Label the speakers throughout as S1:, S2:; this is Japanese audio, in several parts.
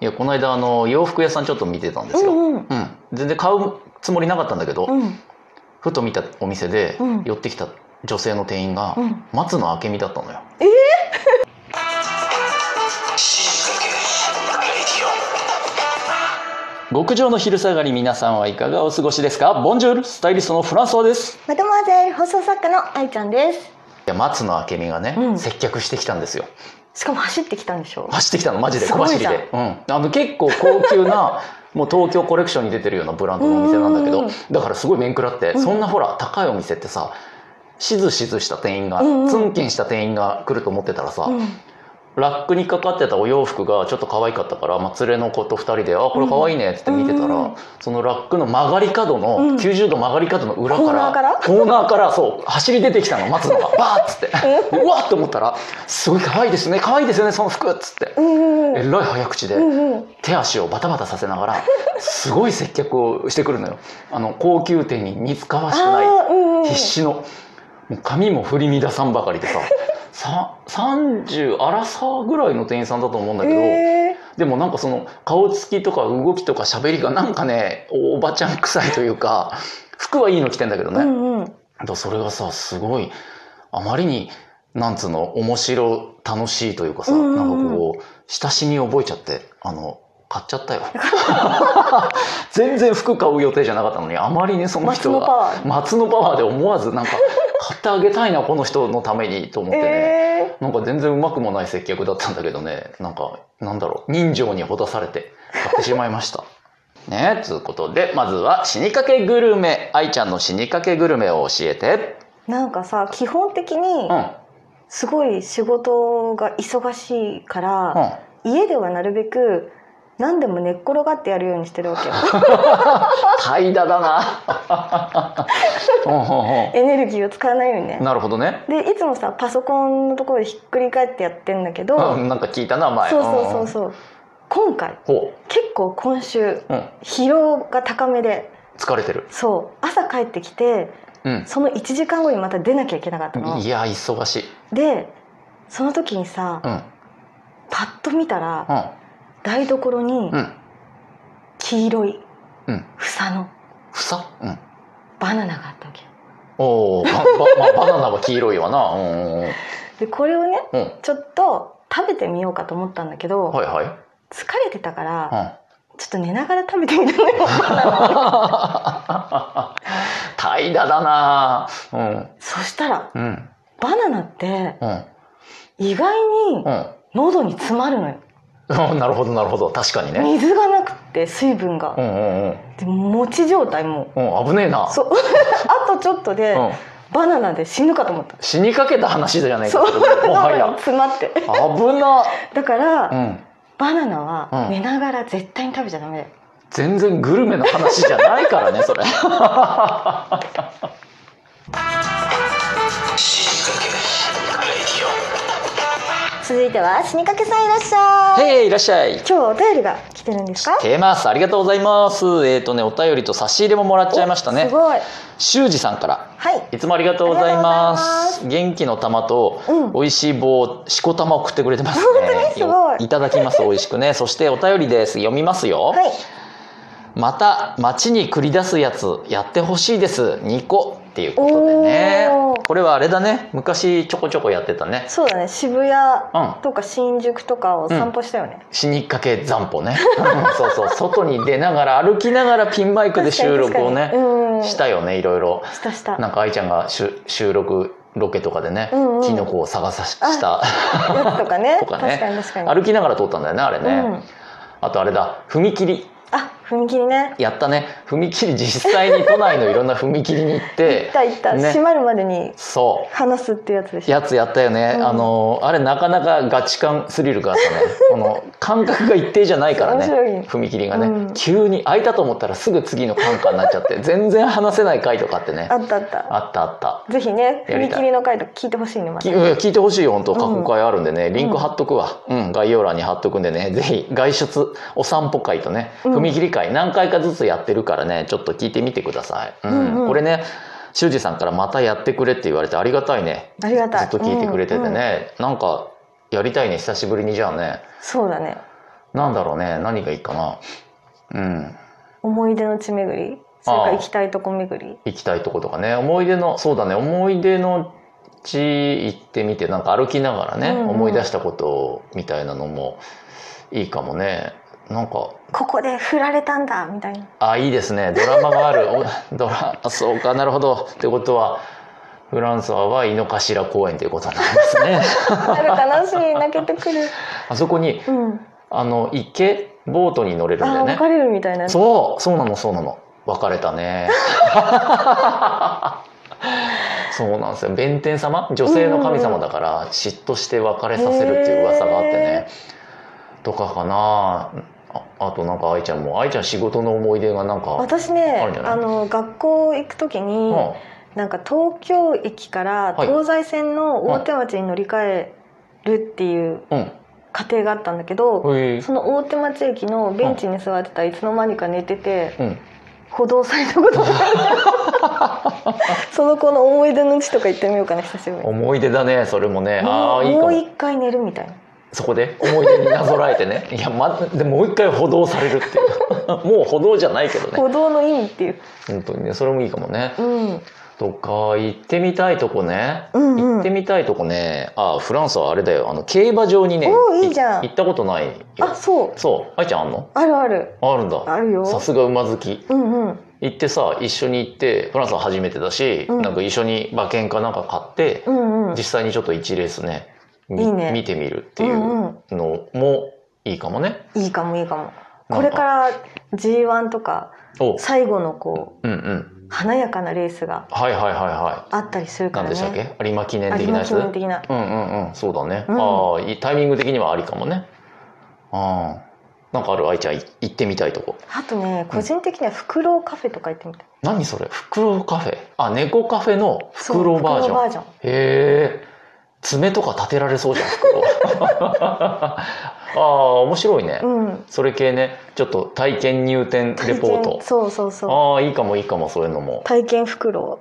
S1: いやこの間あの洋服屋さんちょっと見てたんです
S2: う
S1: よ、うん
S2: んうん
S1: 全然買うつもりなかったんだけど、
S2: うん
S1: ふと見たお店で
S2: うん
S1: 寄ってきた女性の店員が
S2: うん
S1: 松野明美だったのよ、 極上の昼下がり皆さんはいかがお過ごしですかボンジュールスタイリストのフランソワです
S2: マドモアゼル放送作家の愛ちゃんです
S1: いや松野明美がね、
S2: うん
S1: 接客してきたんですよ
S2: しかも走ってきたんでしょ
S1: 走ってきたのマジで
S2: す
S1: 小
S2: ごい
S1: 走り
S2: じゃん
S1: で、うん、あの結構高級 なもう東京コレクションに出てるようなブランドのお店なんだけ
S2: うん
S1: ど
S2: うん
S1: だからすごい面食らって、
S2: うん
S1: そんなほら高いお店ってさしずしずした店員が、
S2: うんうん
S1: ツンケンした店員が来ると思ってたらさ、
S2: うん
S1: ラックにかかってたお洋服がちょっと可愛かったから、まあ、連れの子と2人で「あこれ可愛いね」って見てたら、
S2: うん
S1: そのラックの曲がり角の、
S2: うん
S1: 90度曲がり角の裏から
S2: コーナーから
S1: コーナーからそう走り出てきたの松野がバーッつってでうわっと思ったら「すごい可愛いですね可愛いですよねその服」っつって
S2: うんうん
S1: えらい早口で
S2: うんうん
S1: 手足をバタバタさせながらすごい接客をしてくるのよあの高級店に似つかわしくない
S2: あーうんうん
S1: 必死のもう髪も振り乱さんばかりでさ さ30アラサーぐらいの店員さんだと思うんだけど、
S2: え
S1: でもなんかその顔つきとか動きとか喋りがなんかねおばちゃん臭いというか服はいいの着てんだけど
S2: ーう
S1: ね、
S2: んうん
S1: だそれがさすごいあまりになんつうの面白楽しいというかさ、
S2: うんうんうん
S1: なんかこう親しみを覚えちゃってあの買っちゃったよ 全然服買う予定じゃなかったのにあまりねその
S2: 松
S1: 人
S2: の
S1: が
S2: パワー
S1: 松のパワーで思わずなんか買ってあげたいなこの人のためにと思ってね、
S2: え
S1: なんか全然うまくもない接客だったんだけどねなんかなんだろう人情にほだされて買ってしまいました。 ねえつうことでまずは死にかけグルメ愛ちゃんの死にかけグルメを教えて。
S2: ーなんかさ基本的に
S1: うん
S2: すごい仕事が忙しいか
S1: う
S2: ら、
S1: ん
S2: 家ではなるべく何でも寝っ転がってやるようにしてるわけよ
S1: 怠惰だな。うんうん
S2: エネルギーを使わないようにね
S1: うんなるほどね。
S2: でいつもさパソコンのところでひっくり返ってやってんだけど、
S1: うん、なんか聞いたな前。
S2: そうそうそうそう今回
S1: うんうん。ほ
S2: 結構今週
S1: う。うん。
S2: 疲労が高めで
S1: 疲れてる。
S2: そう朝帰ってきて
S1: うん。
S2: その1時間後にまた出なきゃいけなかったの
S1: いや忙しい。
S2: でその時にさ
S1: うん
S2: パッと見たら
S1: う
S2: 台所に
S1: んうん。
S2: 黄色い
S1: うん
S2: 房の
S1: 房？うん。
S2: バナナがあったわけよ
S1: おお。ばばまあバナナは黄色いわな。うんうんうん。
S2: でこれをね
S1: うん。
S2: ちょっと食べてみようかと思ったんだけど、
S1: はいはい。
S2: 疲れてたから、
S1: うん。
S2: ちょっと寝ながら食べてみたのよ
S1: 怠惰だな。うん
S2: そしたら
S1: うん
S2: バナナって
S1: うん
S2: 意外に
S1: うん。
S2: 喉に詰まるのよ
S1: うん なるほどなるほど確かにね。
S2: 水がなくて水分が
S1: う、んうんうん。
S2: で餅状態も
S1: うん、危ねえな。
S2: うそう あとちょっとで、
S1: うん、
S2: バナナで死ぬかと思った
S1: 死にかけた話じゃないか
S2: そう
S1: それもは
S2: 喉に
S1: や。
S2: 詰まって
S1: 危な。
S2: だから、
S1: うん。
S2: バナナ
S1: う
S2: は
S1: ん
S2: 寝ながら絶対に食べちゃダメだよ、
S1: 全然グルメの話じゃないからね、そ れ。
S2: 続いては死にかけさんいらっしゃい
S1: へい、いらっしゃい。
S2: 今日はお便りが来てるんですか
S1: テーマス、ありがとうございます。えっ、とね、お便りと差し入れももらっちゃいました
S2: お
S1: ね
S2: す。ごい
S1: 修二さんから。
S2: はい
S1: いつもありがとうございま。
S2: ありがとうございます
S1: 元気の玉と
S2: うん
S1: 美味しい棒、しこ玉を送ってくれてますね。
S2: 本当にすごい
S1: よただきます、美味しくね。 そしてお便りです。読みますよ。
S2: はい
S1: また街に繰り出すやつやってほしいですニコっていうことでね
S2: おー
S1: これはあれだね昔ちょこちょこやってたね
S2: そうだね渋
S1: う
S2: 谷
S1: ん
S2: とか新宿とかを散歩したよね、
S1: 死にかけ残歩ね うんそうそう外に出ながら歩きながらピンマイクで収録を
S2: 確かに確かに
S1: ね
S2: うん、
S1: したよねいろいろ
S2: したした
S1: なんか愛ちゃんがしゅ収録ロケとかでね、
S2: うんうん
S1: キノコを探さしした
S2: やつとかね
S1: とかね
S2: 確かに確かに
S1: 歩きながら通ったんだよねあれね、
S2: うん、
S1: あとあれだ踏切
S2: あ踏切ね
S1: やったね踏切実際に都内のいろんな踏切に行っ
S2: 行
S1: て
S2: った行った、
S1: ね
S2: 閉まるまでに
S1: そう
S2: 話すってやつでしょ
S1: やつやったよね、
S2: うん
S1: あのあれなかなかガチ感スリルがあったね この感覚が一定じゃないから
S2: 面
S1: ね
S2: 白いね
S1: 踏切がね、
S2: うん
S1: 急に開いたと思ったらすぐ次のカンカンになっちゃって全然話せない回とかあってね
S2: あったあった
S1: あったあった
S2: ぜひね
S1: やり
S2: 踏
S1: たい
S2: 切の回とか聞いてほしいねま
S1: き
S2: た
S1: 聞いてほしいよ本当過去回あるんでね、リン
S2: うん
S1: ク貼っとくわ、うん、概要欄に貼っとくんでねぜひ外出お散歩会とね
S2: うん
S1: 踏切会何回かずつやってるからねちょっと聞いてみてください、うん
S2: うんうん
S1: これね修二さんからまたやってくれって言われてありがたいね
S2: ありがたい
S1: ずっと聞いてくれてて
S2: うんうん
S1: ね、なんかやりたいね久しぶりにじゃあね
S2: そうだね
S1: なんだろうね何がいいかなうん
S2: 思い出の地巡りそれから行きたいとこ巡り
S1: 行きたいとことかね思い出のそうだね思い出の地行ってみてなんか歩きながらね、
S2: うんうん
S1: 思い出したことみたいなのもいいかもねなんか
S2: ここで振られたんだみたい な
S1: あいいですねドラマがあ るおドラあそうかなるほどってことはフランソワは井の頭公園ということなんです ね
S2: ある悲しい泣けてくる
S1: あそこに
S2: うん
S1: あの池ボートに乗れるんだ
S2: あ
S1: よ
S2: ー
S1: ね
S2: 別れるみたいな
S1: そうそうなのそうなの別れた ねそうなんですよ弁天様女性の神様だから嫉妬して別れさせるっていう噂があってねとかかなああとなんか愛ちゃんも愛ちゃん仕事の思い出がなんか
S2: 私ね
S1: あるんじゃない
S2: あの学校行く時に、
S1: うん
S2: なんか東京駅から
S1: はい
S2: 東西線の大手町に乗り換えるっていう
S1: うん
S2: 過程があったんだけど、
S1: へえ
S2: その大手町駅のベンチに座ってたらいつの間にか寝てて
S1: うん
S2: 補導されたことがあるその子の思い出の地とか行ってみようかな久しぶりに
S1: 思い出だねそれもねあ
S2: も
S1: あ
S2: う
S1: いいか
S2: も
S1: も
S2: う一回寝るみたいな
S1: そこで思い出になぞらえてねいや、ま、でもう一回補導されるっていう もう補導じゃないけどね
S2: 補導の意味っていう
S1: 本当にねそれもいいかもね
S2: うん
S1: とか行ってみたいとこね
S2: うんうん
S1: 行ってみたいとこねあフランスはあれだよあの競馬場にね
S2: おーいいじゃん
S1: 行ったことないよ
S2: あそう
S1: そう愛ちゃんあんの
S2: あるある
S1: あるんだ
S2: あるよ
S1: さすが馬好き
S2: うんうん
S1: 行ってさ一緒に行ってフランスは初めてだし、
S2: うん
S1: なんか一緒に馬券かなんか買って、
S2: うんうん
S1: 実際にちょっと1レースねみ
S2: いいね
S1: 見てみるってい
S2: ん
S1: う
S2: うん
S1: のもいいかもね
S2: いいかもいいかも
S1: なんか
S2: これから G1 とか
S1: お
S2: 最後のこ
S1: うんうん
S2: う華やかなレースが
S1: はいはいはいは
S2: あったりする
S1: い
S2: か
S1: 何
S2: ら
S1: でしたっ
S2: ね
S1: け有馬記念
S2: 有
S1: 的な
S2: 馬
S1: やつ
S2: 記念的な
S1: うんうんうんそうだね、
S2: うん
S1: ああいいタイミング的にはありかもねああなんかある愛ちゃんい行ってみたいとこ
S2: あとね個人的にはフクロウカフェとか行ってみたい
S1: 何それフクロウカフェあ猫カフェのフ
S2: そう
S1: クロウバージョンへ
S2: フクロウジョン
S1: え爪とか立てられそうじゃんフクロウああ面白いね、
S2: うん
S1: それ系ねちょっと体験入店レポー
S2: 体
S1: ト
S2: 験そうそうそう
S1: ああいいかもいいかもそういうのも
S2: 体験フクロ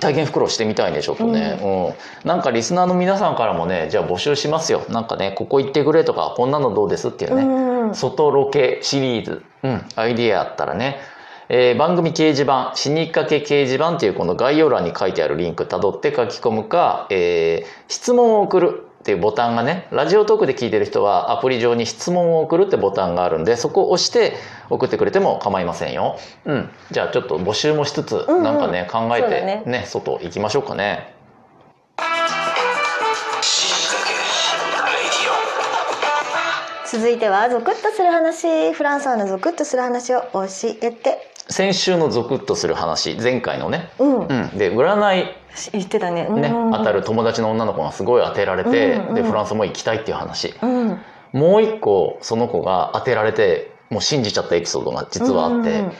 S1: 体験袋してみたいねちょっとね、うんなんかリスナーの皆さんからもねじゃあ募集しますよなんかねここ行ってくれとかこんなのどうですっていう
S2: ウう
S1: ね、
S2: んうん
S1: 外ロケシリーズ、うん、アイディアあったらね、えー番組掲示板「死にかけ掲示板」っていうこの概要欄に書いてあるリンクたどって書き込むか、えー質問を送るっていうボタンがねラジオトークで聞いてる人はアプリ上に質問を送るってボタンがあるんでそこを押して送ってくれても構いませんよ、うん、じゃあちょっと募集もしつつ、
S2: うんうん
S1: なんかね考え
S2: そう
S1: て
S2: だね
S1: ね外行きましょうかね
S2: 続いてはゾクッとする話フランスのゾクッとする話を教えて
S1: 先週のゾクッとする話前回のね、
S2: うん
S1: うん、で占い
S2: 言ってたねうん
S1: ね、当たる友達の女の子がすごい当てられて、
S2: うんうん
S1: でフランスも行きたいっていう話
S2: うん
S1: もう一個その子が当てられてもう信じちゃったエピソードが実はあって、
S2: うんうん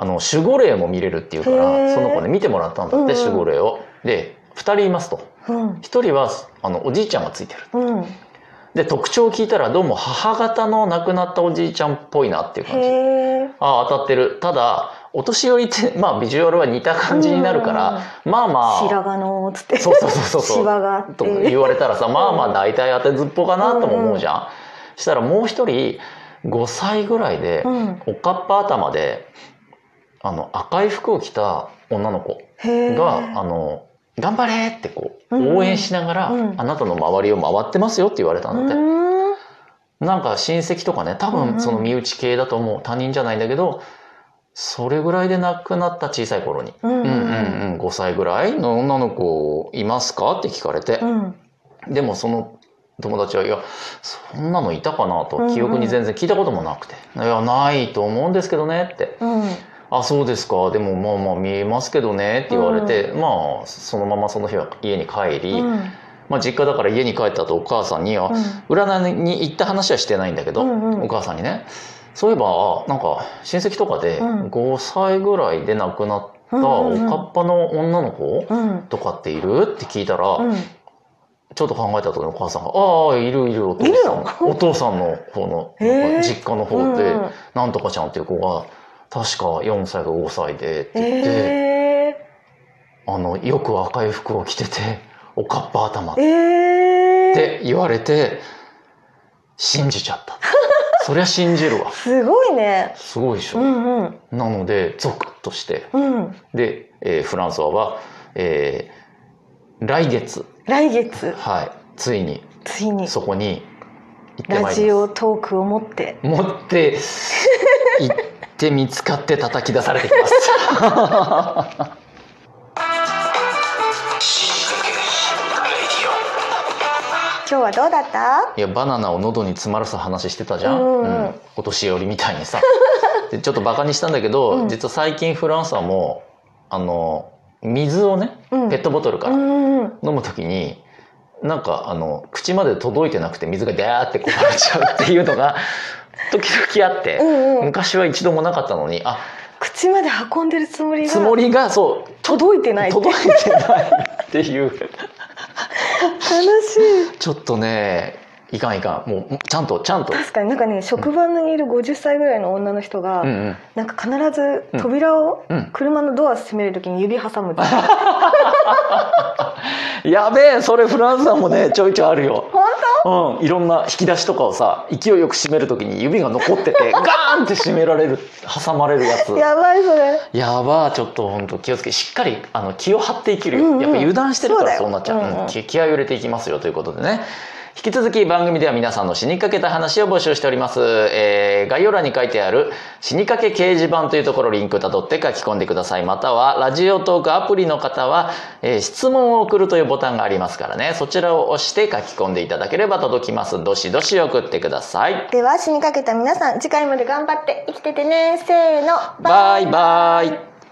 S1: あの守護霊も見れるっていうか
S2: へ
S1: ら
S2: ー
S1: その子ね見てもらったんだって、
S2: うんうん
S1: 守護霊を。で2人いますと
S2: うん
S1: 1人はあのおじいちゃんがついてる
S2: うん
S1: で特徴を聞いたらどうも母方の亡くなったおじいちゃんっぽいなっていう感じ
S2: へえ
S1: ああ当たってるただお年寄りってまあビジュアルは似た感じになるから、まあまあ
S2: 白髪のつって
S1: そうそうそうそうそう
S2: シワがあっ
S1: と
S2: て
S1: 言われたらさ、まあまあ大体当てずっぽかなとも思うじゃん。したらもう一人5歳ぐらいで、
S2: うん
S1: おかっぱ頭であの赤い服を着た女の子
S2: へえ
S1: が「あの頑張れ!」ってこう
S2: うんうん
S1: 応援しながら、
S2: うん
S1: あなたの周りを回ってますよ」って言われたんだって。
S2: うん
S1: なんか親戚とかね多
S2: うんう
S1: 分
S2: ん
S1: その身内系だと思う他人じゃないんだけどそれぐらいで亡くなった小さい頃に。
S2: うん
S1: うんうんうん、5歳ぐらいの女の子いますかって聞かれて、
S2: うん
S1: でもその友達は「いやそんなのいたかな?」
S2: うん
S1: と
S2: うん
S1: 記憶に全然聞いたこともなくて「いやないと思うんですけどね」って
S2: うん
S1: 「あそうですかでもまあまあ見えますけどね」って言われて、まあそのままその日は家に帰り、
S2: うん
S1: まあ、実家だから家に帰ったとお母さんに「あ占いに行った話はしてないんだけど、
S2: うんうん
S1: お母さんにねそういえばなんか親戚とかで
S2: うん
S1: 5歳ぐらいで亡くなった
S2: うん
S1: お
S2: うんうん
S1: かっぱの女の子
S2: うん
S1: とかっているって聞いたら、
S2: うん
S1: ちょっと考えたとお母さんが「ああいるいるお父さん
S2: いる
S1: お父さんの方の
S2: へー
S1: 実家の方で、
S2: うんうん
S1: なんとかちゃんっていう子が確か4歳か5歳でって言って、
S2: え
S1: あのよく赤い服を着てておかっぱ頭っ
S2: ーえー
S1: て 言われて信じちゃった。そりゃ信じるわ
S2: すごいね
S1: すごいでし
S2: う
S1: ょ、
S2: んうん
S1: なのでゾクッとして
S2: うん
S1: で、えーフランソワは、えー来月
S2: 来月
S1: はいついに
S2: ついに
S1: そこに行ってま
S2: ラ
S1: いり
S2: ジ
S1: ま
S2: オトークを持って
S1: す持って行って見つかって叩き出されてきます
S2: 今日はどうだった
S1: いやバナナを喉に詰まらす話してたじゃん、
S2: うんうん
S1: お年寄りみたいにさでちょっとバカにしたんだけど、
S2: うん
S1: 実は最近フランスはもうあの水をね
S2: うん
S1: ペットボトルか
S2: う
S1: ら
S2: んうん
S1: 飲むときに、なんかあの口まで届いてなくて水がダーってこぼれちゃうっていうの が時々あって、
S2: うんうん
S1: 昔は一度もなかったのにあ
S2: 口まで運んでるつもりが
S1: つもりがそ
S2: 届いてないうって
S1: 届いてないっていう
S2: 悲しい
S1: ちょっとねいかんいかんもうちゃんとちゃんと。
S2: 確かになんかね職場にいる50歳ぐらいの女の人が、
S1: うんうん
S2: なんか必ず扉を、
S1: うん
S2: 車のドア閉めるときに指挟むって
S1: やべえそれフランスさんもねちょいちょいあるよ、
S2: 本
S1: うん、いろんな引き出しとかをさ勢いよく締める時に指が残ってて ガーンって締められる挟まれるやつ
S2: 当やばいそれ
S1: やばーちょっと本当気をつけしっかりあの気を張っていけるよ、
S2: うんうん
S1: やっぱ油断してるか
S2: そうだ
S1: ら
S2: よ
S1: そうなっちゃう
S2: うんうん
S1: うん気気合を入れていきますよということでね引き続き番組では皆さんの死にかけた話を募集しております、えー概要欄に書いてある「死にかけ掲示板」というところリンクたどって書き込んでくださいまたはラジオトークアプリの方は、えー質問を送るというボタンがありますからねそちらを押して書き込んでいただければ届きますどしどし送ってください
S2: では死にかけた皆さん次回まで頑張って生きててねせーの
S1: バイバイ